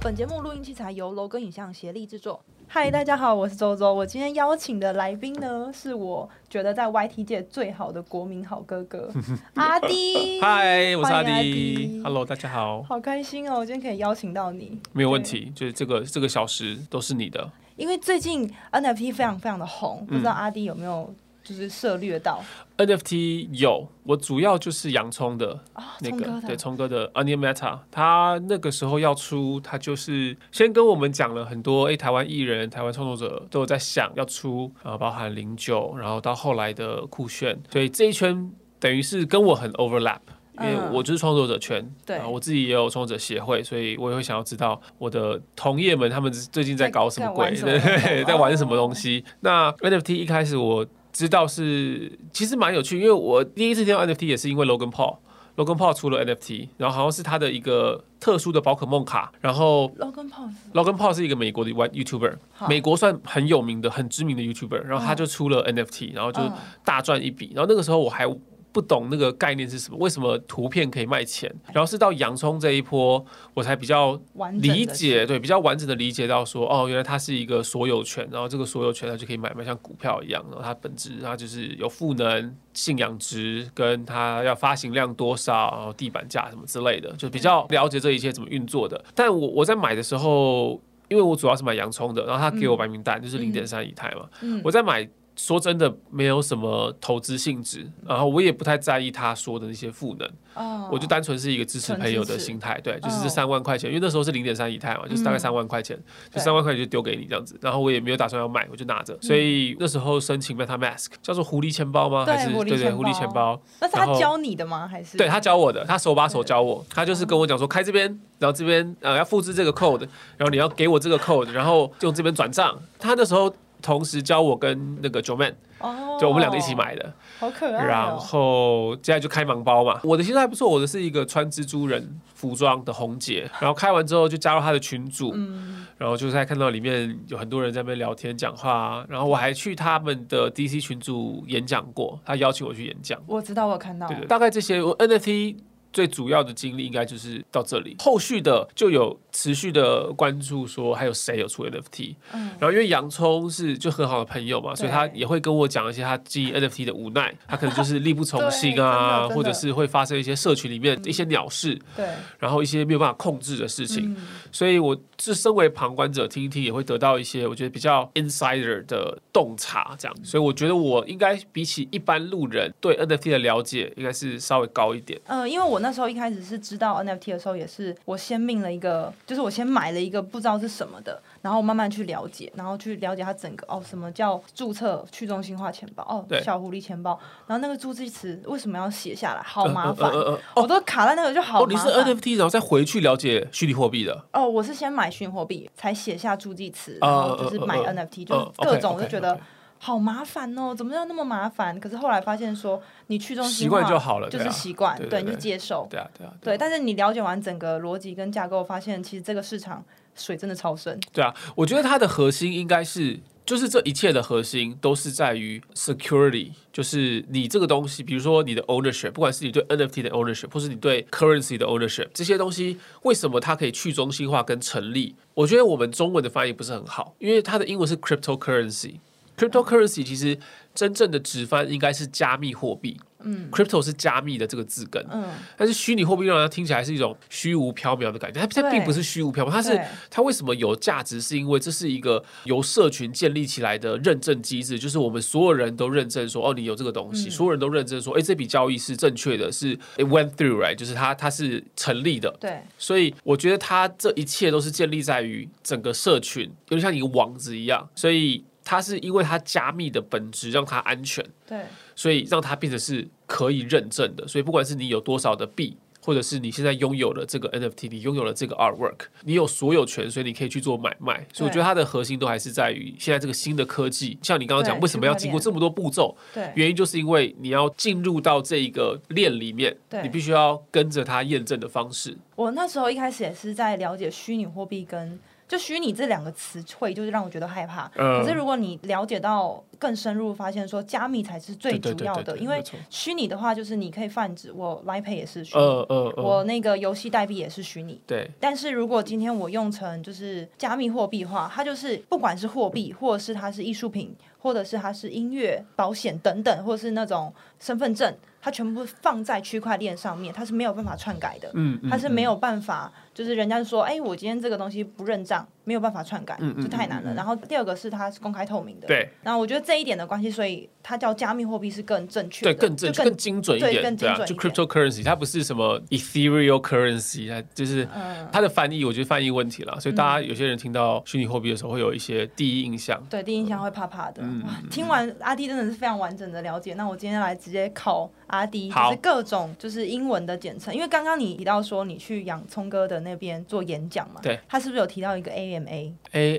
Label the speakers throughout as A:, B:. A: 本节目录音器材由楼跟影像协力制作。嗨，大家好，我是周周。我今天邀请的来宾呢，是我觉得在 YT 界最好的国民好哥哥 阿迪。
B: 嗨，我是阿
A: 欢迎阿
B: 迪
A: 迪
B: ，Hello，大家好，
A: 好开心哦，我今天可以邀请到你，
B: 没有问题，就是这个这个小时都是你的。
A: 因为最近 NFT 非常非常的
B: 嗯
A: 红，不知道阿迪有没有就是涉略到
B: NFT 有，我主要就是洋葱的
A: 啊？
B: 那
A: 聪
B: 个
A: 哥，
B: 对
A: 的
B: 聪哥的 Onion Meta，他那个时候要出，他就是先跟我们讲了很多，诶，台湾艺人、台湾创作者都有在想要出，啊，包含零九，然后到后来的酷炫，所以这一圈等于是跟我很 overlap。因为
A: 嗯
B: 我就是创作者圈，
A: 对
B: 啊我自己也有创作者协会，所以我也会想要知道我的同业们他们最近在搞什么鬼，
A: 在在玩什么哦
B: 对在玩什么东西。那 NFT 一开始我知道是其实蛮有趣，因为我第一次听到 NFT 也是因为 Logan Paul。Logan Paul 出了 NFT，然后好像是他的一个特殊的宝可梦卡。然后
A: Logan Paul
B: Logan Paul 是一个美国的 white YouTuber，
A: 好
B: 美国算很有名的、很知名的 YouTuber。然后他就出了 NFT，然后就
A: 嗯
B: 大赚一笔。然后那个时候我还不懂那个概念是什么，为什么图片可以卖钱？然后是到洋葱这一波，我才比较
A: 完整的
B: 理解，对，比较完整的理解到说，哦，原来它是一个所有权，然后这个所有权它就可以买卖，像股票一样，然后它本质它就是有赋能、信仰值，跟它要发行量多少，然后地板价什么之类的，就比较
A: 嗯
B: 了解这一切怎么运作的。但我我在买的时候，因为我主要是买洋葱的，然后他给我白名单、就是零点三以太嘛，
A: 嗯
B: 我在买。说真的，没有什么投资性质，然后我也不太在意他说的那些赋能，
A: 哦
B: 我就单纯是一个支持朋友的心态，对，就是这三万块钱，因为那时候是零点三以太嘛，就是大概三万块钱，就
A: 嗯对嗯
B: 三万块钱就丢给你这样子，然后我也没有打算要卖，我就拿着，所以那时候申请 MetaMask 叫做狐狸钱包吗？
A: 对
B: 还是
A: 狐狸
B: 对对
A: 钱包
B: 狐狸钱包？
A: 那是
B: 然
A: 他
B: 后
A: 教你的吗？还是
B: 对他教我的，他手把手教我，他就是跟我讲说开这边，然后这边呃要复制这个 code，然后你要给我这个 code，然后用这边转账。他那时候同时教我跟那个 j o m a n
A: 哦，
B: 就我们两个一起，买的。
A: 好可爱、哦。
B: 然后接下来就开盲包嘛。我的心态还不错，我的是一个穿蜘蛛人服装的红姐，然后开完之后就加入她的群组，
A: 嗯
B: 然后就在看到里面有很多人在那边聊天讲话，然后我还去他们的 DC 群组演讲过，他邀请我去演讲，
A: 我知道，我有看到，
B: 对对，大概这些我 NFT。最主要的经历应该就是到这里，后续的就有持续的关注，说还有谁有出 NFT，
A: 嗯
B: 然后因为洋葱是就很好的朋友嘛，所以他也会跟我讲一些他经营 NFT 的无奈，他可能就是力不从心
A: 对真的
B: 啊，
A: 真的
B: 或者是会发生一些社群里面一些鸟事，
A: 对，
B: 然后一些没有办法控制的事情。
A: 嗯
B: 所以我是身为旁观者听一听，也会得到一些我觉得比较 insider 的洞察，这样。所以我觉得我应该比起一般路人对 NFT 的了解，应该是稍微高一点。
A: 呃，因为我那时候一开始是知道 NFT 的时候，也是我先命了一个，就是我先买了一个不知道是什么的，然后慢慢去了解，然后去了解它整个哦，什么叫注册去中心化钱包，哦，
B: 对
A: 小狐狸钱包，然后那个助记词为什么要写下来，好麻烦，
B: 呃呃呃
A: 我都卡在那个就好
B: 哦，你
A: 麻
B: 是
A: 烦。
B: NFT，然后再回去了解虚拟货币的。
A: 哦，我是先买虚拟货币，才写下助记词，
B: 啊
A: 然后就是买
B: 呃呃
A: NFT，就是
B: 呃
A: 各
B: ，OK，
A: 种我就
B: OK，
A: 觉得
B: OK
A: 好麻烦哦，怎么要那么麻烦？可是后来发现说，你去中心
B: 习惯
A: 化
B: 就好了
A: 就
B: 对
A: 是
B: 啊
A: 习惯，
B: 对对
A: 你就
B: 对
A: 接受。
B: 对啊，对啊，
A: 对，但是你了解完整个逻辑跟架构，发现其实这个市场水真的超深。
B: 对啊，我觉得它的核心应该是，就是这一切的核心都是在于 security，就是你这个东西，比如说你的 ownership，不管是你对 NFT 的 ownership，或是你对 currency 的 ownership，这些东西为什么它可以去中心化跟成立？我觉得我们中文的翻译不是很好，因为它的英文是 cryptocurrency。cryptocurrency 其实真正的直翻应该是加密货币，嗯，crypto 是加密的这个字根，
A: 嗯，
B: 但是虚拟货币让人听起来是一种虚无缥缈的感觉，它它
A: 对
B: 并不是虚无缥缈，它是
A: 对
B: 它为什么有价值？是因为这是一个由社群建立起来的认证机制，就是我们所有人都认证说，哦，你有这个东西，所有人都认证说，哎，这笔交易是正确的，是 it went through right，就是它它是成立的。
A: 对，
B: 所以我觉得它这一切都是建立在于整个社群，有点像一个网子一样，所以它是因为它加密的本质让它安全。
A: 对，
B: 所以让它变得是可以认证的。所以不管是你有多少的币，或者是你现在拥有了这个 NFT，你拥有了这个 artwork，你有所有权，所以你可以去做买卖。所以我觉得它的核心都还是在于现在这个新的科技，像你刚刚讲，
A: 对
B: 为什么要经过这么多步骤？
A: 对，
B: 原因就是因为你要进入到这一个链里面
A: 对，
B: 你必须要跟着它验证的方式。
A: 我那时候一开始也是在了解虚拟货币跟就虚拟这两个词汇，就是让我觉得害怕。
B: 嗯
A: 可是如果你了解到更深入发现说，加密才是最
B: 对对
A: 主要
B: 对对
A: 的，
B: 对
A: 因为
B: 没错
A: 虚拟的话，就是你可以泛指我 Line Pay 也是虚拟，
B: 呃呃呃，
A: 我那个游戏代币也是虚拟。
B: 对，
A: 但是如果今天我用成就是加密货币的话，它就是不管是货币，或者是它是艺术品，或者是它是音乐、保险等等，或者是那种身份证，它全部放在区块链上面，它是没有办法篡改的。
B: 嗯，嗯
A: 它是没有办法，就是人家就说，哎、我今天这个东西不认账，没有办法篡改，
B: 嗯嗯
A: 就太难了。
B: 嗯嗯
A: 然后第二个是它是公开透明的，
B: 对。
A: 然后我觉得这一点的关系，所以它叫加密货币是更正确
B: 对
A: 的，
B: 更正
A: 就
B: 更精准一
A: 对
B: 点，
A: 更
B: 对啊，
A: 精
B: 就
A: 准一点
B: cryptocurrency 它不是什么 ethereal currency，它就是
A: 嗯，
B: 它的翻译，我觉得翻译问题啦，所以大家有些人听到虚拟货币的时候会有一些第一印象。
A: 对，第一印象会怕怕的。
B: 嗯
A: 哇，听完阿迪真的是非常完整的了解。那我今天来直接考阿迪，就
B: 好
A: 是各种就是英文的简称，因为刚刚你提到说你去洋葱哥的那边做演讲嘛，
B: 对，
A: 他是不是有提到一个 AMA？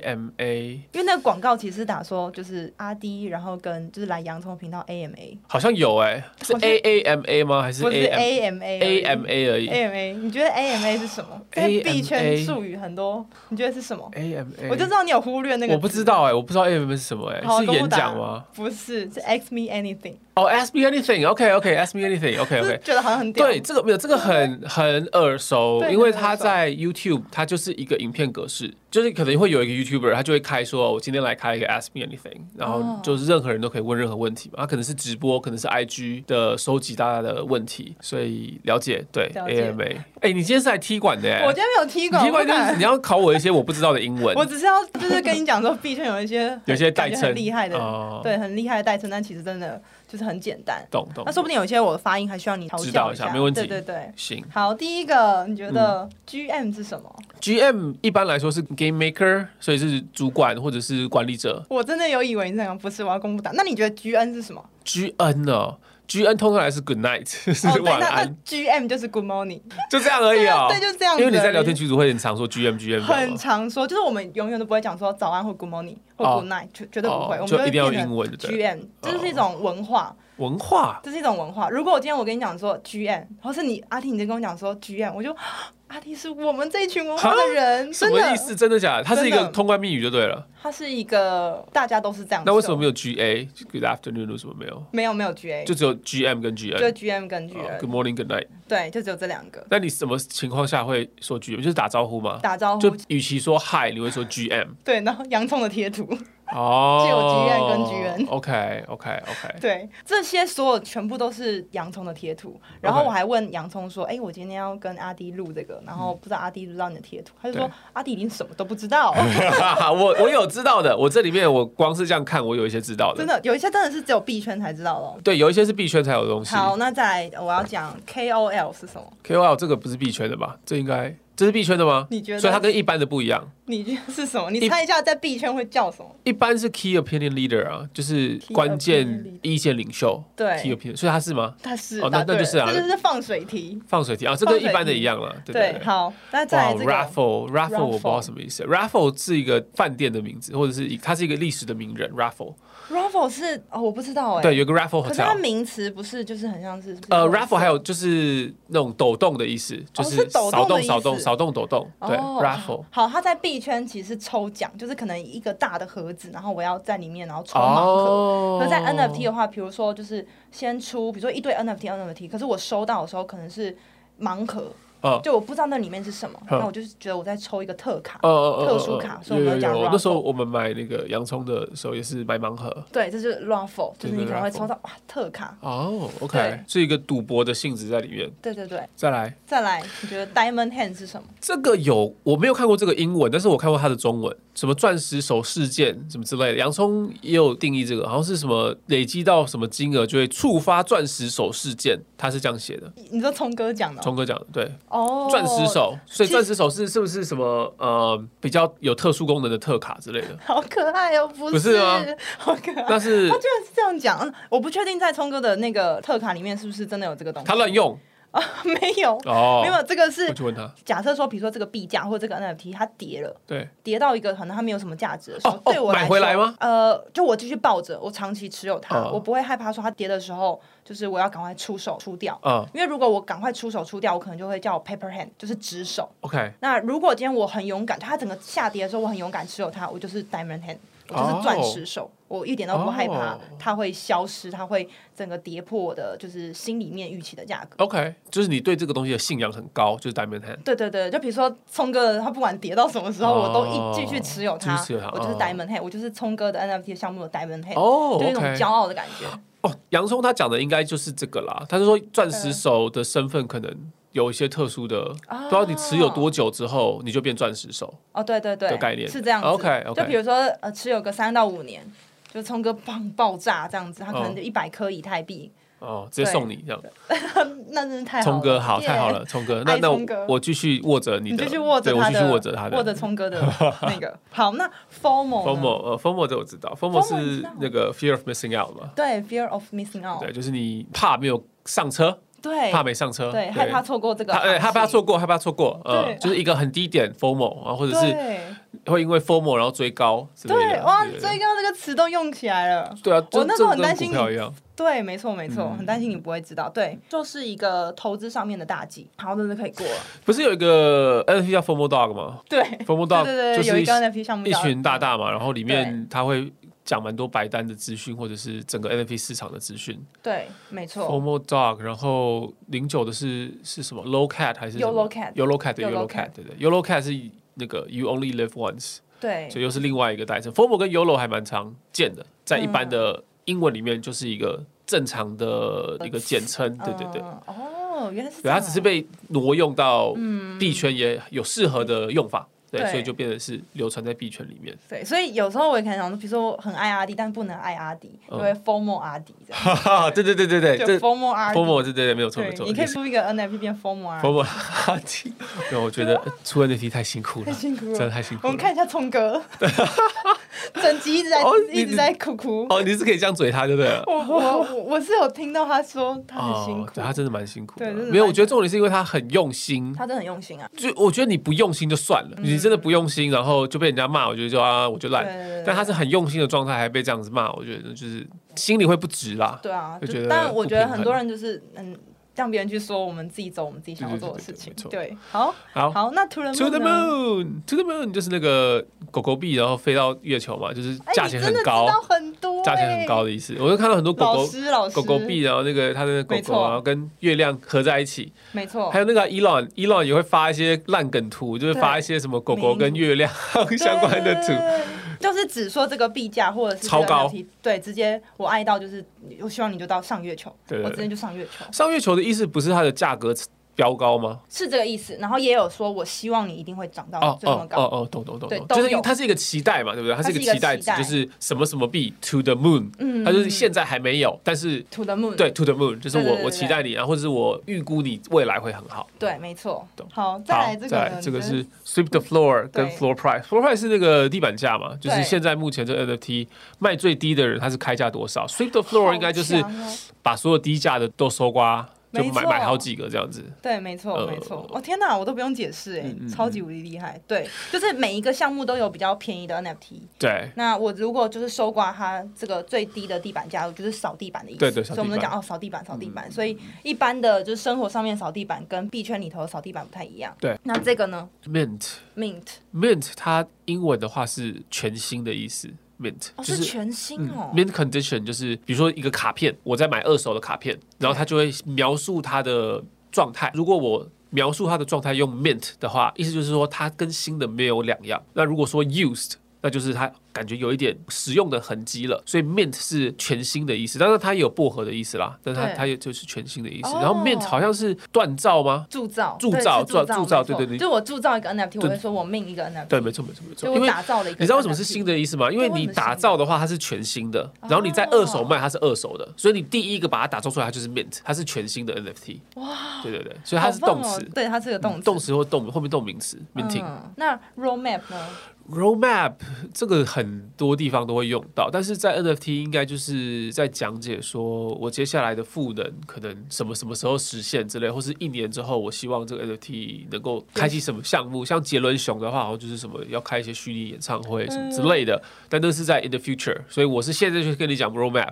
B: AMA
A: 因为那个广告其实是打说就是阿迪，然后跟就是来洋葱频道 AMA，
B: 好像有哎、是
A: 好像
B: AAMA 吗？还是
A: 不是
B: AM
A: AMA 而已
B: AMA 而已
A: AMA，你觉得 AMA 是什么？在
B: AMA
A: 币圈术语很多，你觉得是什么？
B: ？AMA
A: 我就知道你有忽略那个，
B: 我不知。道哎、我不知道 AMA 是什么哎、
A: 好
B: 是
A: 公布
B: 演
A: 答
B: 讲
A: 案
B: 吗？
A: 不是，是 Ask Me Anything，
B: 哦、a s k me anything，OK OK，Ask、me anything，OK
A: 就是
B: OK。
A: 觉得好像很屌。
B: 对，这个没有，这个很很耳熟，
A: 对
B: 因为
A: 很耳
B: 他
A: 熟
B: 在 YouTube，它就是一个影片格式，就是可能会有一个 YouTuber，他就会开说，哦我今天来开一个 Ask Me Anything，然后
A: 哦
B: 就是任何人都可以问任何问题嘛，他可能是直播，可能是 IG 的收集大家的问题，所以了解对
A: 了解
B: AMA。哎，你今天是来踢馆的、欸，
A: 我今天没有踢
B: 你
A: 馆，
B: 踢
A: 我
B: 馆
A: 不
B: 就是
A: 敢，
B: 你要考我一些我不知道的英 文
A: 我只是要就是跟你讲说，币圈有一些
B: 有些代
A: 感觉
B: 称
A: 很厉害的，
B: 哦
A: 对，很厉害的代称，但其实真的就是很简单。
B: 懂懂
A: 那，说不定有些我的发音还需要你调
B: 指
A: 教
B: 导一
A: 一
B: 下没问题
A: 对
B: 嗯
A: 对对。
B: 行。
A: 好，第一个你觉得 GM 是什么？
B: GM 一般来说是 Game Maker，所以是主管或者是管理者。
A: 我真的有以为你在讲不是，我要公布答案。那你觉得 GN 是什么？
B: GN 哦，GN 通常来是 Good night，是
A: 哦，对，
B: 晚
A: 那那
B: 安，
A: GM 就是 Good morning，
B: 就这样而已哦。
A: 对，就是这样子而已。
B: 因为你在聊天群组会很常说 GM GM，
A: 很常说，就是我们永远都不会讲说早安或 Good morning 或
B: 哦
A: Good night，绝绝对不会，
B: 哦
A: 我们
B: 就
A: 会
B: 一定要
A: 变成
B: 英文就对
A: GM，这是一种文化，
B: 文化
A: 这是一种文化。如果我今天我跟你讲说 GM，或是你阿 T 你在跟我讲说 GM，我就 啊阿 T 是我们这一群文化的人，
B: 啊什
A: 真
B: 么
A: 的
B: 意，思？真的假的？它是一
A: 真
B: 个
A: 的
B: 通关密语就对了。
A: 它是一个大家都是哦这样。
B: 那为什么没有 GA 就 Good afternoon？为什么没有？
A: 没有没有 GA？
B: 就只呃哦有 GM 跟
A: 就
B: GN。
A: GM 跟 GN，
B: Good morning, Good night。
A: 对，就只有这两个
B: 那你什么情况下会说 GM？就是打招呼吗？
A: 打招
B: 就
A: 呼。
B: 与其说 Hi，你会说 GM
A: 对，然后洋葱的贴图，
B: 哦。
A: 只有 GN 跟 GN
B: OK OK OK。
A: 对，这些所有全部都是洋葱的贴图。然后
B: OK
A: 我还问洋葱说：“哎、我今天要跟阿迪录这个，然后不知道阿迪知不知道你的贴图？”他就说
B: 嗯对：“
A: 阿迪已经什么都不知道，
B: 我我有知道的，我这里面我光是这样看，我有一些知道
A: 真
B: 的。
A: 的有一些真的是只有币圈才知道咯。
B: 对，有一些是币圈才有的东西。
A: 好，那再来我要讲 KOL 是什么？
B: KOL 这个不是币圈的吧？这应该这是币圈的吗？
A: 你觉得
B: 所以它跟一般的不一样，
A: 你觉得是什么？
B: 一
A: 你猜一下，在币圈会叫什么？
B: 一般是 Key Opinion Leader 啊，就是
A: Key
B: 关
A: opinion
B: 键
A: leader
B: 意见领袖。
A: 对
B: Key Opinion，所以它是吗？
A: 它是
B: 哦那
A: 答对
B: 那就是啊
A: 了这就是放水题。
B: 放水题啊，这
A: 放
B: 跟
A: 水
B: 一
A: 题
B: 般的一样啦。对对
A: 对，。好，那再
B: 哇
A: 来这个
B: ，Raffle Raffle 我不知道
A: Raffle
B: 什么意思。Raffle 是一个饭店的名字，或者是一他是一个历史的名人。Raffle
A: Raffle 是哦，我不知道哎、
B: 对，，有个 Raffle
A: 可是它
B: Hotel。
A: 名词不是就是很像是
B: 呃，Raffle 还有就是那种抖动的意思，就
A: 哦是抖动
B: 扫动
A: 的意思
B: 扫动扫动抖动。对
A: 哦
B: ，Raffle。
A: 好，他在币圈其实是抽奖，就是可能一个大的盒子，然后我要在里面，然后抽盲盒。
B: 哦
A: 可是在 NFT 的话，比如说就是先出，比如说一堆 NFT NFT，可是我收到的时候可能是盲盒，
B: 嗯
A: 就我不知道那里面是什么，
B: 嗯
A: 那我就是觉得我在抽一个特卡。
B: 呃呃
A: 特殊卡所以我
B: 有
A: 们
B: 有
A: 要讲
B: 有。那
A: raffle
B: 时候我们买那个洋葱的时候也是买盲盒。
A: 对，这就是 raffle，就是你可能会
B: 对对
A: 抽到哇特卡。
B: 哦，OK，
A: 对
B: 是一个赌博的性质在里面。
A: 对对对，
B: 再来，
A: 再来，你觉得 diamond hand 是什么？
B: 这个有我没有看过这个英文，但是我看过它的中文，什么钻石首饰件什么之类的。洋葱也有定义这个，好像是什么累积到什么金额就会触发钻石首饰件，它是这样写的。
A: 你说聪哥讲的哦
B: 聪哥讲的对，
A: 哦，
B: 钻石，手，所
A: 其
B: 以
A: 实
B: 钻石首饰是不是什么呃比较有特殊功能的特卡之类的？
A: 好可爱哦，不
B: 不是啊吗
A: 好可爱。
B: 但是
A: 他居然是这样讲，嗯我不确定在聪哥的那个特卡里面是不是真的有这个东西
B: 他。乱用
A: 没有，
B: 哦
A: 没，有，这个
B: 我
A: 是
B: 去问他，
A: 假设说，比如说这个币价或者这个 NFT 它跌了，
B: 对。
A: 跌到一个可能它没有什么价值的时候，
B: 哦哦
A: 对我来
B: 买
A: 说
B: 回来吗？
A: 呃，就我继续抱着，我长期持有它，
B: 哦
A: 我不会害怕说它跌的时候，就是我要赶快出手出掉。
B: 嗯
A: 因为如果我赶快出手出掉，我可能就会叫 paper hand，就是直手。
B: ，OK，
A: 那如果今天我很勇敢，就它整个下跌的时候我很勇敢持有它，我就是 diamond hand，我就是钻石
B: 哦
A: 手，我一点都不害怕
B: 哦
A: 它会消失，它会整个跌破我的就是心里面预期的价格。
B: OK，就是你对这个东西的信仰很高，就是 Diamond Hand。
A: 对对对，就比如说聪哥，他不管跌到什么时候，我都一继续持有它
B: 哦继续持有它，
A: 我就是
B: 哦
A: Diamond Head，我就是聪哥的 NFT 项目的 Diamond Head，
B: 哦
A: 就有一种
B: ，OK，
A: 骄傲的感觉。
B: 哦，洋葱他讲的应该就是这个啦。他是说钻石手的身份可能有一些特殊的，
A: 啊
B: 不知道你持有多久之后你就变钻石手。
A: 哦，对对对，
B: 的概念
A: 是这样子。
B: OK，OK
A: 就比如说呃，持有个三到五年，就聪哥棒爆炸这样子，他可能
B: 嗯
A: 就一百颗以太币，
B: 哦，直接送你这样，
A: 那真是太好了
B: 聪哥好，
A: 耶
B: 太好了，聪哥，那
A: 爱
B: 那我
A: 聪哥
B: 我继续握着你
A: 你
B: 的，
A: 就去握着
B: 对，我
A: 他
B: 继续
A: 的，
B: 握着他的。
A: 握着聪哥 的那个。好，那 FOMO 呢
B: FOMO 呃，FOMO 这我知道，FOMO
A: ，FOMO 你知
B: 是
A: 道
B: 那个 Fear of Missing Out 嘛，
A: 对 fear of missing out，
B: 对，就是你怕没有上车，
A: 对
B: 怕没上车，
A: 对害怕错过这个
B: 怕
A: 行情，
B: 哎害怕错过，害怕错过，呃
A: 对，
B: 就是一个很低点 FOMO 啊，或者是
A: 对
B: 会因为 FOMO 然后追高之类
A: 对
B: 的，
A: 哇，
B: 对
A: 追高这个词都用起来了。
B: 对啊，这
A: 我那时候
B: 这
A: 很担心
B: 跟股票一样，
A: 对，没错没错，
B: 嗯
A: 很担心你不会知道。对，就是一个投资上面的大忌。好，真的可以过了。
B: 不是有一个 NFT 叫 FOMO Dog 吗
A: 对。
B: ？FOMO
A: 对
B: Dog
A: 对对，
B: 就
A: 有
B: 是
A: 一
B: 一
A: 个 NFT 项目
B: 一
A: 叫
B: 群大大嘛，然后里面他会讲蛮多白单的资讯，或者是整个 NFT 市场的资讯。
A: 对，没错，
B: FOMO Dog，然后零九的是是什么？Low Cat 还是
A: Yolo Cat
B: Yolo Cat 对
A: Yolo
B: Yolo
A: Cat
B: Cat 对对，Yolo Cat 是那个 You Only Live Once，
A: 对
B: 所以又是另外一个代称。FOMO 跟 Yolo 还蛮常见的，在
A: 嗯
B: 一般的英文里面就是一个正常的一个简称。对对对。
A: 嗯哦，原来是这
B: 对，
A: 样
B: 它
A: 啊，
B: 只是被挪用到币圈，也有适合的用法，
A: 嗯
B: 对，
A: 对
B: 所以就变成是流传在币圈里 面。
A: 啊对，所以有时候我也可能想说，比如说我很爱阿迪，但不能爱阿迪，就
B: 嗯
A: 会 FOMO 阿迪这样，
B: 哈哈，对对对对对，
A: 就
B: 这
A: FOMO 阿迪。
B: FOMO 对对对，没有错没
A: 对，
B: 错，
A: 你可以
B: 也是
A: 出一个 NFT 变 FOMO 阿迪，
B: FOMO 哈气，没有， 我觉得呃出 NFT 太辛苦
A: 太
B: 了，
A: 辛苦
B: 真的
A: 了。
B: 太辛苦
A: 我们
B: 了。
A: 看一下聪哥， 整集一直在
B: 哦你
A: 一直在哭哭。
B: 哦，你是可以这样嘴他， 对不对？
A: 我我我我是有听到他说他很辛
B: 哦
A: 苦，，
B: 对他真的蛮辛苦的。
A: 对真的
B: 没有，
A: 蛮
B: 我觉得重点是因为他很用心。
A: 他真的很用心啊。
B: 就我觉得你不用心就算了，
A: 嗯
B: 你真的不用心，然后就被人家骂，我觉得就啊，我就
A: 对
B: 烂。
A: 对对，
B: 但他是很用心的状态，还被这样子骂，我觉得就是心里会不值啦。
A: 对啊，
B: 就觉
A: 就
B: 得
A: 但我
B: 不
A: 觉得
B: 平
A: 很
B: 衡
A: 多人就是嗯，让别人去说，我们自己走我们自己想要
B: 对对
A: 做的
B: 对
A: 事
B: 对
A: 情
B: 没。错
A: 对，好，
B: 好，
A: 好，那 To the
B: To the
A: Moon 呢？
B: moon，To the moon 就是那个狗狗币，然后飞到月球嘛，就是
A: 哎
B: 价
A: 你
B: 钱
A: 真
B: 很
A: 的知
B: 高，
A: 道很多，欸
B: 价钱很高。的意思。我就看到很多狗
A: 老
B: 狗
A: 师，老师，
B: 狗狗币，然后那个它的那个狗
A: 没
B: 狗，
A: 错哦
B: 然后跟月亮合在一起，
A: 没错
B: 还，有那个 Elon Elon 也会发一些烂梗图，就是
A: 对
B: 发一些什么狗狗跟月亮 相关的
A: 对
B: 图。
A: 对对就是只说这个币价或者是这个
B: 超高
A: NFT 对，直接我爱到就是，我希望你就到上月球，
B: 对对对
A: 我直接就上月球，
B: 上月球的意思不是它的价格飙高吗？
A: 是这个意思。然后也有说，我希望你一定会涨到
B: 哦
A: 这么
B: 哦
A: 高，
B: 哦哦，懂懂懂
A: 对
B: 懂，
A: 都
B: 就是因
A: 有
B: 为它是一个期待嘛，对不对？它是一个
A: 它是一个
B: 期待
A: 期
B: 值，
A: 待
B: 就是什么什么币 To the moon，
A: 嗯
B: 它就是现在还没有，但是
A: To the moon，
B: 对，to the moon，就是
A: 对对
B: 我
A: 对对
B: 我期待你，然后或者是我预估你未来会很好。
A: 对，没错
B: 懂。
A: 好，再
B: 好
A: 来，这
B: 再
A: 个
B: 来，
A: 呢，
B: 这个
A: 你觉得
B: 是 sweep the floor 跟
A: 对
B: floor price，floor price 是那个地板价嘛，就是
A: 对
B: 现在目前这 NFT 卖最低的人他是开价多少？sweep the floor 应该就是
A: 好强哦
B: 把所有低价的都搜刮，就
A: 没
B: 买
A: 错
B: 买好几个这样子。
A: 对，没错，
B: 呃
A: 没错。哦天哪，我都不用解释哎
B: 嗯嗯，
A: 超级无敌厉害。对，就是每一个项目都有比较便宜的 NFT。
B: 对，
A: 那我如果就是收刮它这个最低的地板价，我就是扫地板的意思。
B: 对对
A: 所
B: 扫地板嗯
A: 以我们就讲哦，扫地板，扫地板。所以一般的就是生活上面扫地板跟币圈里头的扫地板不太一样。
B: 对。
A: 那这个呢
B: mint
A: ，Mint
B: mint 它英文的话是全新的意思，mint
A: 哦
B: 就是嗯
A: 全新哦。
B: mint condition 就是比如说一个卡片，我在买二手的卡片，然后它就会描述它的状态。如果我描述它的状态用 mint 的话，意思就是说它跟新的没有两样。那如果说 used。那就是它感觉有一点使用的痕迹了，所以 mint 是全新的意思，当然它也有薄荷的意思啦，但是它
A: 对
B: 它也就是全新的意思。
A: 哦
B: 然后 mint 好像是锻造吗？
A: 铸造，
B: 铸
A: 对
B: 造
A: 是铸
B: 铸铸造
A: 没错
B: 对对对
A: 就我铸造一个 NFT，我
B: 对
A: 会说我命一个 NFT，
B: 对，没错没错没错，
A: 就
B: 因
A: 我
B: 为
A: 打造了一个 NFT。
B: 你知道为什么是新的意思吗？因为你打造的话，它是全新的，然后你在二
A: 哦
B: 手卖，它是二手的，所以你第一个把它打造出来，它就是 mint，它是全新的 NFT。哇！对对对，所以它是
A: 好棒
B: 动
A: 哦
B: 词，
A: 对，它是个动词，
B: 动词或动后面动名词，minting。
A: 嗯那 roadmap 呢？
B: Roadmap 这个很多地方都会用到，但是在 NFT 应该就是在讲解说我接下来的赋能可能什么什么时候实现之类，或是一年之后我希望这个 NFT 能够开启什么项目，像杰伦熊的话，好像就是什么要开一些虚拟演唱会什么之类的，
A: 嗯
B: 但那是在 in the future，所以我是现在就跟你讲 Roadmap，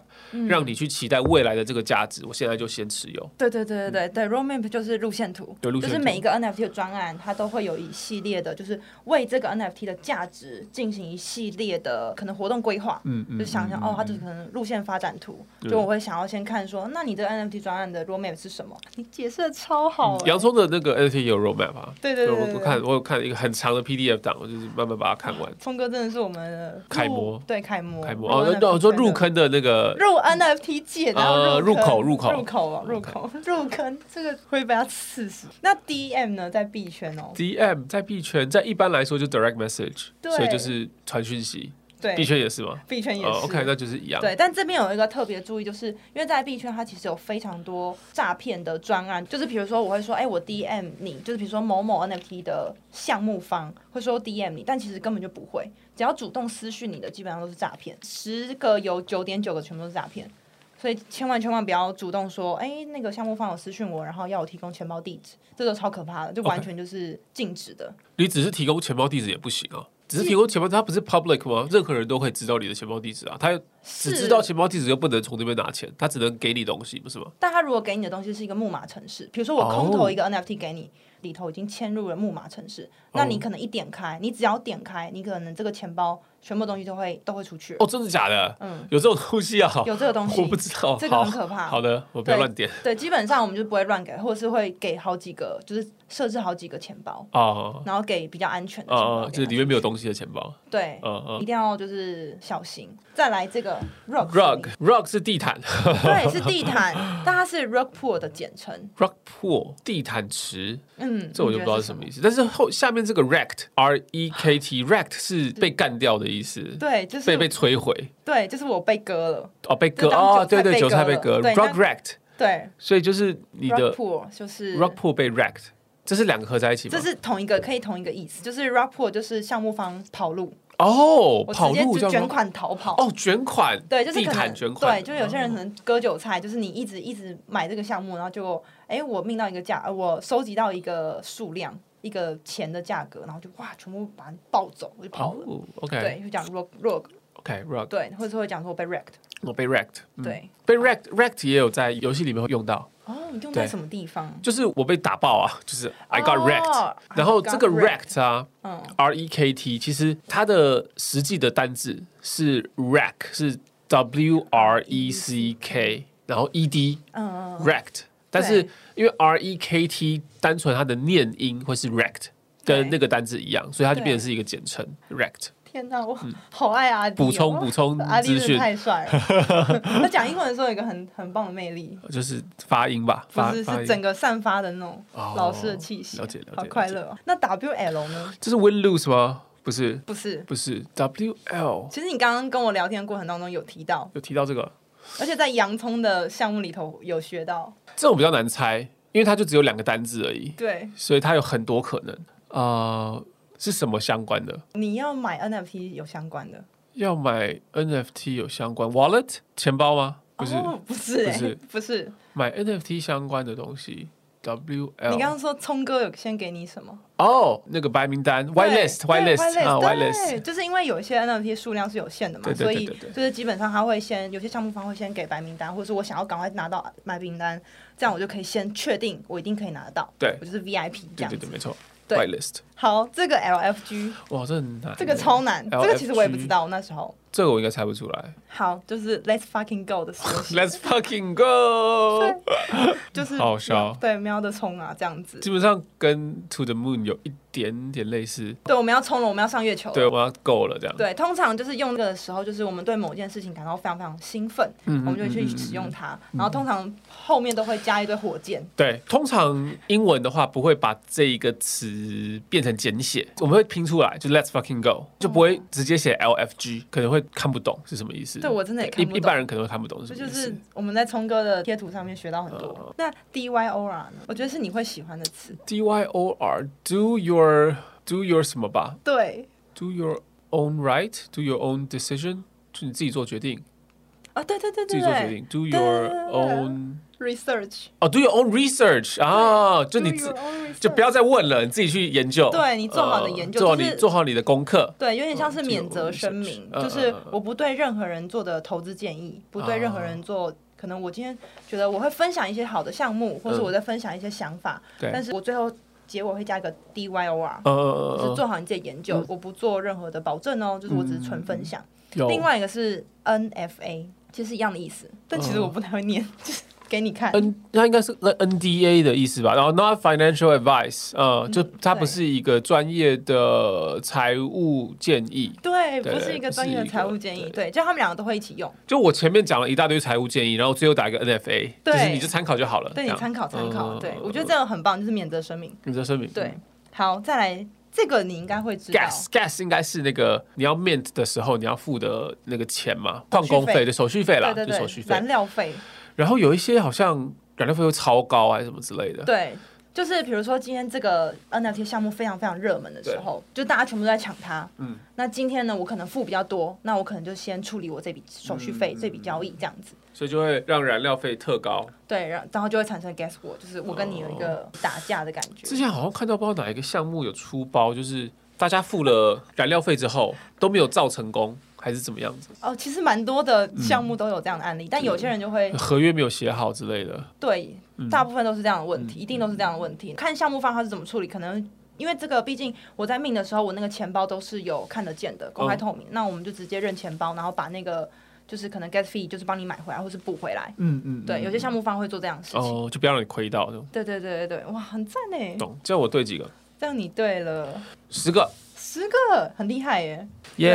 B: 让
A: 嗯
B: 你去期待未来的这个价值，我现在就先持有。
A: 对对对对对对，roadmap 就是路线图，
B: 对路线
A: 就
B: 图
A: 是每一个 NFT 的专案，它都会有一系列的，就是为这个 NFT 的价价值进行一系列的可能活动规划。
B: 嗯嗯，
A: 就想想
B: 嗯
A: 哦，它这可能路线发展图，
B: 对
A: 就我会想要先看说，那你这个 NFT 专案的 roadmap 是什么？你解释的超好、欸，
B: 洋葱的那个 NFT 也有 roadmap 啊，
A: 对对对
B: 嗯我
A: 对
B: 我
A: 对
B: 看我有看一个很长的 PDF 档，我就是慢慢把它看完。
A: 聪哥真的是我们的
B: 楷
A: 入
B: 模
A: 对楷模，
B: 开
A: 入
B: 幕哦，那
A: NFT
B: 那我说入
A: 圈的
B: 坑的那个，
A: 入 NFT 界，然
B: 呃
A: 后
B: 入
A: 坑
B: 口入口
A: 入口哦，入口入坑，这个会被他刺死。那 DM 呢，在币圈哦，
B: DM 在币圈，在一般来说就 direct message，
A: 对
B: 所以就是传讯息。
A: 对，
B: 币圈也是吗？
A: 币圈也是。
B: 哦，OK，那就是一样。
A: 对，但这边有一个特别注意，就是因为在币圈，它其实有非常多诈骗的专案，就是比如说我会说，哎、我 DM 你，就是比如说某某 NFT 的项目方会说 DM 你，但其实根本就不会，只要主动私讯你的，基本上都是诈骗，十个有九点九个全部都是诈骗。所以千万千万不要主动说，哎、那个项目方有私讯我，然后要我提供钱包地址，这个超可怕的，就完
B: OK
A: 全就是禁止的。
B: 你只是提供钱包地址也不行啊，只是提供钱包，它不是 public 吗？任何人都可以知道你的钱包地址啊，他只
A: 是
B: 知道钱包地址又不能从这边拿钱，他只能给你东西，不是吗？
A: 但他如果给你的东西是一个木马城市，比如说我空
B: 哦
A: 投一个 NFT 给你，里头已经嵌入了木马城市，
B: 哦
A: 那你可能一点开，你只要点开，你可能这个钱包全部东西都会都会出去了。
B: 哦，真的假的？
A: 嗯，
B: 有这种东西啊？
A: 有这个东西
B: 我不知道。
A: 这个很
B: 好
A: 可怕
B: 好的，我不
A: 对
B: 要乱点
A: 对，基本上我们就不会乱给，或者是会给好几个，就是设置好几个钱包，
B: 哦
A: 然后给比较安全的
B: 哦
A: 钱包
B: 哦，
A: 给他。
B: 就是里面没有东西的钱包。
A: 对，
B: 嗯嗯
A: 一定要就是小心。再来这个 rug
B: ，rug rug 是地毯
A: 对，是地 毯，但它是 rug pool 的简称。
B: ，rug pool 地毯池，
A: 嗯，
B: 这我
A: 你
B: 就
A: 觉
B: 不
A: 得
B: 知道是
A: 是
B: 什么意思。但是后下面这个 rect r e k t rect 是被干掉的意思，
A: 对，就是
B: 被被摧毁
A: 对，就是我被割了。
B: 哦，被割
A: 就当
B: 哦，
A: 韭菜
B: 对对，
A: 被
B: 韭菜被
A: 割
B: 割
A: 了对
B: ，rug
A: 那
B: rect，
A: 对，
B: 所以就是你
A: rock
B: 的
A: pool 就是。
B: rug pool 被 rect，这是两个合在一起吗
A: 这？是同一个，可以同一个意思，就是 rock pool 就是项目方跑路，
B: 哦，
A: 我
B: 跑
A: 直接
B: 路
A: 就
B: 叫
A: 卷
B: rug-
A: 款逃跑。
B: 哦，卷款，
A: 对，就是
B: 地
A: 可能
B: 毯卷款，哦
A: 对，就有些人可能割韭菜，就是你一直一直买这个项目，然后就哎我命到一个价，呃我收集到一个数量一个钱的价格，然后就哇全部把它抱走，我就跑了。
B: 哦，OK
A: 对，就讲 rock rock，
B: OK rug，
A: 对，或者是会讲说我被 wrecked，
B: 我被 rect，嗯
A: 对。
B: 被 rect rect 也有在游戏里面会用到，
A: 哦，你用
B: 对
A: 在什么地方？
B: 就是我被打爆啊，就是 I got
A: 哦
B: wrecked，
A: I
B: 然后这个
A: got wrecked
B: rect 啊。
A: 嗯，
B: R E K T，其实它的实际的单字是 wreck，是 W R E C K，然后 E D
A: 嗯
B: wrecked，但是因为 R E K T 单纯它的念音会是 wrecked，
A: 对
B: 跟那个单字一样，所以它就
A: 对
B: 变成是一个简称 wrecked。
A: 天哪，我好爱阿迪、哦。
B: 嗯补充补充
A: 阿迪
B: 嗯
A: 真
B: 资
A: 的
B: 讯，
A: 太帅了。 他讲英文的时候有一个很很棒的魅力，
B: 就是发音吧，
A: 不
B: 发
A: 是
B: 发
A: 是
B: 音。
A: 整个散发的那种
B: 哦
A: 老师的气息，
B: 了解了解
A: 好快乐哦。那 WL 呢？
B: 这是 win lose 吗？不是，
A: 不是，
B: 不是 W L
A: 其实你刚刚跟我聊天的过程当中有提到，
B: 有提到这个，
A: 而且在洋葱的项目里头有学到，
B: 这种比较难猜，因为它就只有两个单字而已。
A: 对，
B: 所以它有很多可能。呃，是什么相关的？
A: 你要买 NFT 有相关的。
B: 要买 NFT 有相关 wallet 钱包吗？不是，
A: 哦、不是、
B: 不
A: 欸，
B: 是
A: 不是。
B: 买 NFT 相关的东西。W
A: 你刚
B: L
A: 刚说聪哥有先给你什么
B: 哦，那个白名单 white
A: 对
B: list white
A: 对
B: list 啊 white
A: 对
B: list
A: 就是因为有一些 NFT 数量是有限的嘛
B: 对，对
A: 所
B: 对
A: 以
B: 对对
A: 就是基本上他会先有些项目方会先给白名单，或者是我想要赶快拿到白名单，这样我就可以先确定我一定可以拿得到，
B: 对
A: 我就是 VIP 这
B: 对
A: 样
B: 对
A: 子。
B: 对，没错
A: 对
B: white list
A: 好，这个 LFG
B: 哇，这很难，
A: 这个超难，这个其实我也不知
B: LFG，
A: 道那时候。
B: 这个我应该猜不出来。
A: 好，就是 Let's fucking go 的时候，
B: Let's fucking go，
A: 就是
B: 好笑
A: 对喵的冲啊这样子。
B: 基本上跟 To the Moon 有一点点类似，
A: 对，我们要冲了，我们要上月球了。
B: 对，我要够了这样。
A: 对，通常就是用这个的时候，就是我们对某件事情感到非常非常兴奋，
B: 嗯
A: 我们就会去使用它。然后通常后面都会加一堆火箭，
B: 对，通常英文的话不会把这一个词变成简写，我们会拼出来，就 Let's fucking
A: 哦
B: go，就不会直接写 LFG，可能会看不懂是什么意思。
A: 对我真的也看不懂
B: 一一般人可能会看不懂是哦
A: 这就
B: 什么意思。
A: 是我们在聪哥的贴图上面学到很多。那 D Y O R 呢？我觉得是你会喜欢的词。
B: D Y O R，do your do your 什么吧
A: 对
B: ，do your own right，do your own decision，就你自己做决定，
A: 啊，对对对
B: 自
A: 对
B: 己做决定
A: 对对
B: ，do your
A: 对对
B: own，
A: ，research
B: 哦，do your own research 啊，就
A: do
B: 你
A: your
B: 自
A: own research
B: 就不要再问了，你自己去研究。
A: 对你做好你的
B: 呃
A: 研究
B: 做好
A: 就
B: 你
A: 是
B: 做好你的功课。
A: 对，有点像
B: 嗯
A: 是
B: 这个
A: 免
B: 我
A: 责
B: 们
A: 声
B: research
A: 明，
B: 嗯
A: 就
B: 嗯
A: 是
B: 嗯嗯啊
A: 我不对任何人做的投资建议，不对任何人做。可能我今天觉得我会分享一些好的项目，或是
B: 嗯
A: 我在分享一些想法，
B: 对
A: 但是我最后结尾会加一个 DYOR，
B: 呃
A: 就是
B: 呃嗯
A: 做好你自己的研究，我不做任何的保证哦，就是我只是纯分享。
B: 有
A: 另外一个是 NFA，其实一样的意思，但其实我不太会念，就是给你看。
B: 嗯 N，它应该是那 NDA 的意思吧？然后 Not Financial Advice，呃，
A: 嗯
B: 就它不
A: 对
B: 是一个专业的财务建议。
A: 对，
B: 对
A: 不是一个专业的财务建
B: 不是
A: 议，
B: 一个
A: 对，就他们两个都会一起用，
B: 就我前面讲了一大堆财务建议，然后最后打一个 NFA，
A: 对
B: 就是你就参考就好了。
A: 对
B: 这
A: 你
B: 样
A: 参考参考。
B: 嗯
A: 对我觉得这样很棒，就是免责声明。
B: 你的声明
A: 对，好，再来这个你应该会知道。
B: Gas gas 应该是那个你要 mint 的时候你要付的那个钱嘛，矿
A: 手
B: 工
A: 续
B: 费
A: 费
B: 的手续费啦，
A: 对对
B: 就手续
A: 对，
B: 费
A: 燃。料费，
B: 然后有一些好像燃料费又超高啊，还是什么之 类的。
A: 对，就是比如说今天这个 NFT 项目非常非常热门的时候，就大家全部都在抢它。
B: 嗯，
A: 那今天呢，我可能付比较多，那我可能就先处理我这笔手续费、这笔交易这样子。
B: 所以就会让燃料费特高。
A: 对，然然后就会产生 guess what，就是我跟你有一个打架的感觉。
B: 之前好像看到不知道哪一个项目有出包，就是大家付了燃料费之后都没有造成功，还是怎么样子？
A: 哦，其实蛮多的项目都有这样的案例，但有些人就会
B: 合约没有写好之类的。
A: 对，
B: 嗯
A: 大部分都是这样的问题，一定都是这样的问题。看项目方他是怎么处理，可能。因为这个，毕竟我在命的时候，我那个钱包都是有看得见的，公开
B: 嗯
A: 透明。那我们就直接认钱包，然后把那个就是可能 gas fee 就是帮你买回来，或是补回来。
B: 嗯嗯
A: 对，有些项目方会做这样的事情。
B: 哦，就不要让你亏到，就
A: 对对对对对，哇，很赞哎！
B: 懂？这样我对几个？
A: 这样你对了，
B: 十个，
A: 十个很厉害耶。
B: 耶、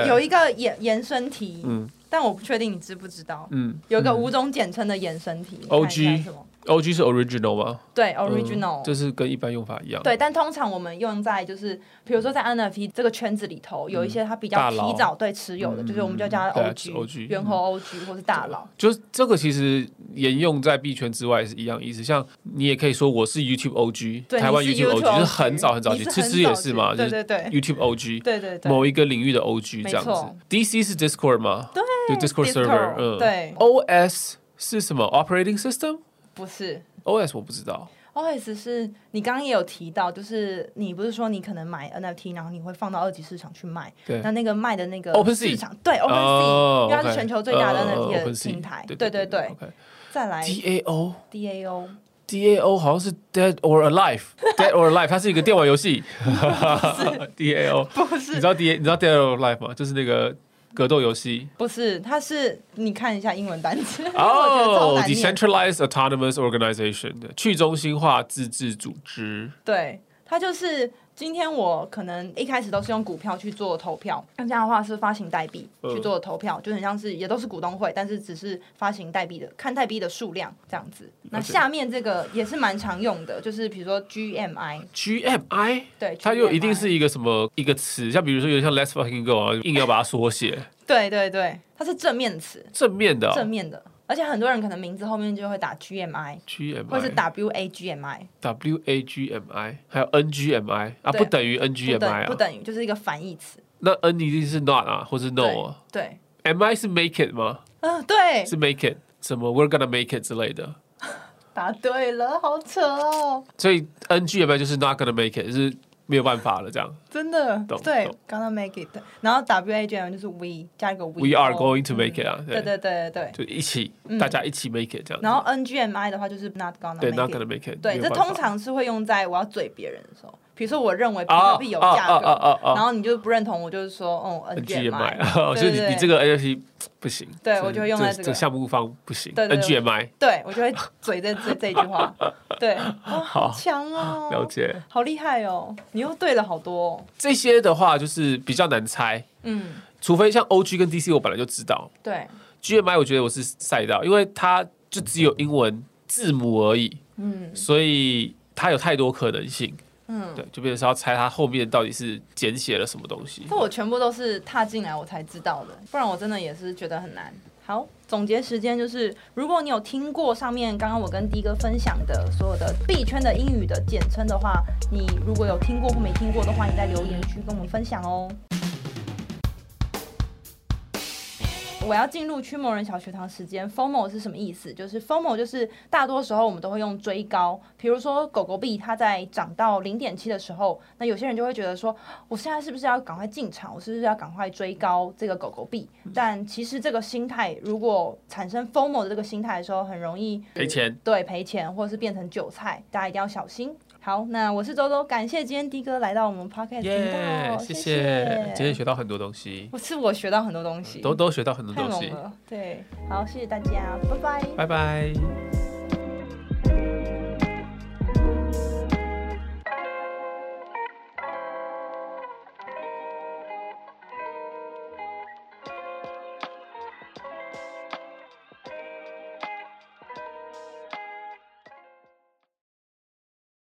A: 有有一个延延伸题，
B: 呃嗯
A: 但我不确定你知不知道，
B: 嗯
A: 有一个五种简称的延伸题。
B: OG
A: 看一下是什么？
B: ，OG 是 original 吗
A: 对，original，、
B: 嗯就是跟一般用法一样。
A: 对，但通常我们用在就是，比如说在 NFT 这个圈子里头，有一些他比
B: 嗯大
A: 较
B: 佬
A: 提早对持有的，就是我们就叫它
B: 对啊就是
A: OG、
B: OG
A: 猿猴 OG 或是大佬。
B: 就是这个其实沿用在币圈之外是一样意思，像你也可以说我是 YouTube OG，
A: 对，
B: 台湾
A: 你是
B: YouTube OG 就是很早很早
A: 你
B: 期，
A: 是
B: 吃
A: 很
B: 吃也
A: 早
B: 是
A: 期
B: 嘛，就
A: 对对
B: 是
A: 对
B: YouTube OG，
A: 对对对，
B: 某一个领域的 OG
A: 没
B: 这样子
A: 错。
B: DC 是 Discord 吗？对就 Discord
A: Discord，
B: server，嗯，
A: 对
B: ，OS 是什么？Operating System？OS
A: 不是。
B: 我不知道。
A: OS 是你刚刚也有提到，就是你不是说你可能买 NFT，然后你会放到二级市场去卖，
B: 对
A: 那那个卖的那个
B: OpenSea
A: 市场，对 OpenSea，
B: 哦
A: 因为它是
B: OK，
A: 全球最大的
B: 呃
A: NFT 的
B: OpenSea，
A: 平台，
B: 对
A: 对
B: 对
A: 对对。
B: OK
A: 再来
B: DAO。
A: DAO，
B: DAO 好像是 Dead or Alive，Dead or Alive，它是一个电玩游戏。DAO
A: 不
B: 你
A: 是
B: 知道 D 你知道 Dead or Alive 吗？就是那个格斗游戏。
A: 不是，它是你看一下英文单词，因为 哎我觉得超
B: 哦、
A: 难
B: d e c e
A: 念
B: n。t r a l i z e d Autonomous Organization 的去中心化自治组织。
A: 对，它就是今天我可能一开始都是用股票去做投票，那这样的话是发行代币
B: 嗯
A: 去做投票，就很像是也都是股东会，但是只是发行代币的，看代币的数量这样子。那下面这个也是蛮常用的，就是比如说 GMI，
B: GMI，
A: 对，
B: 它又
A: GMI
B: 一定是一个什么一个词，像比如说有点像 Let's fucking go 啊，硬要把它缩写，
A: 对对对，它是正面词，
B: 正面的、
A: 正
B: 哦、
A: 面的，而且很多人可能名字后面就会打 GMI 或是
B: GMI，
A: WAGMI，
B: W A G M I，还有 N G M I 啊，
A: 对
B: 不等于 N
A: 不
B: G M
A: 等
B: I
A: 于不
B: 啊，
A: 等于就是一个反义词。
B: 那 N 一定是 not 啊，或是 no
A: 对
B: 啊
A: 对，
B: ，M I 是 make it 吗？
A: 嗯、对，
B: 哦是 make it，什么 we're gonna make it 之类的，
A: 答对了，好扯哦。
B: 所以 N G M I 就是 not gonna make it，是没有办法了这样。
A: 真的
B: 懂，
A: 对
B: 懂，
A: 刚刚 make it，然后 W A G M 就是 we 加一个 we，
B: We are
A: 哦
B: going to make it 啊，
A: 对对对对对，
B: 就一起，大家一起 make it 这样子。
A: 然后 N G M I 的话就是 not gonna
B: 对 not
A: make
B: gonna
A: it，
B: make it，
A: 对，
B: 没有
A: 这
B: 办法
A: 通常是会用在我要嘴别人的时候，比如说我认为比
B: 啊
A: 特币有价
B: 啊啊
A: 格，
B: 啊啊
A: 然后你就不认同，我就是说，哦
B: N
A: N
B: G
A: M
B: M I， 哦
A: I，
B: 就
A: 对
B: 你
A: 对
B: 你这
A: 对，
B: 个 NFT 不行。
A: 对
B: 这
A: 我就会用在这
B: 这
A: 个
B: 项目方不行。
A: 对对
B: N
A: 对
B: G M I
A: 对我就会嘴这这这句 话，对，哇，好强
B: 了
A: 哦，
B: 解
A: 好厉害哦，你又对了好多哦，
B: 这些的话，就是比较难猜，
A: 嗯，
B: 除非像 O G 跟 D C，我本来就知道。
A: 对，
B: G M I 我觉得我是赛道，因为它就只有英文字母而已，
A: 嗯
B: 所以它有太多可能性。
A: 嗯。
B: 对，就变成是要猜它后面到底是简写了什么东西
A: 这。我全部都是踏进来我才知道的，不然我真的也是觉得很难。好，总结时间就是，如果你有听过上面刚刚我跟的哥分享的所有的币圈的英语的简称的话，你如果有听过或没听过的话，你在留言区跟我们分享哦。我要进入驱魔人小学堂时间，FOMO 是什么意思？就是 FOMO 就是大多时候我们都会用追高，比如说狗狗币它在涨到零点七的时候，那有些人就会觉得说，我现在是不是要赶快进场？我是不是要赶快追高这个狗狗币？但其实这个心态如果产生 FOMO 的这个心态的时候，很容易
B: 赔钱。
A: 对赔钱，或者是变成韭菜，大家一定要小心。好，那我是周周，感谢今天迪哥来到我们 Pocket 频
B: 耶
A: 道，，谢
B: 谢谢，，今天学到很多东西，
A: 我是我学到很多东西，
B: 都都学到很多
A: 太
B: 东
A: 猛
B: 西，
A: 了，对，好，谢谢大家，拜拜。
B: 拜拜。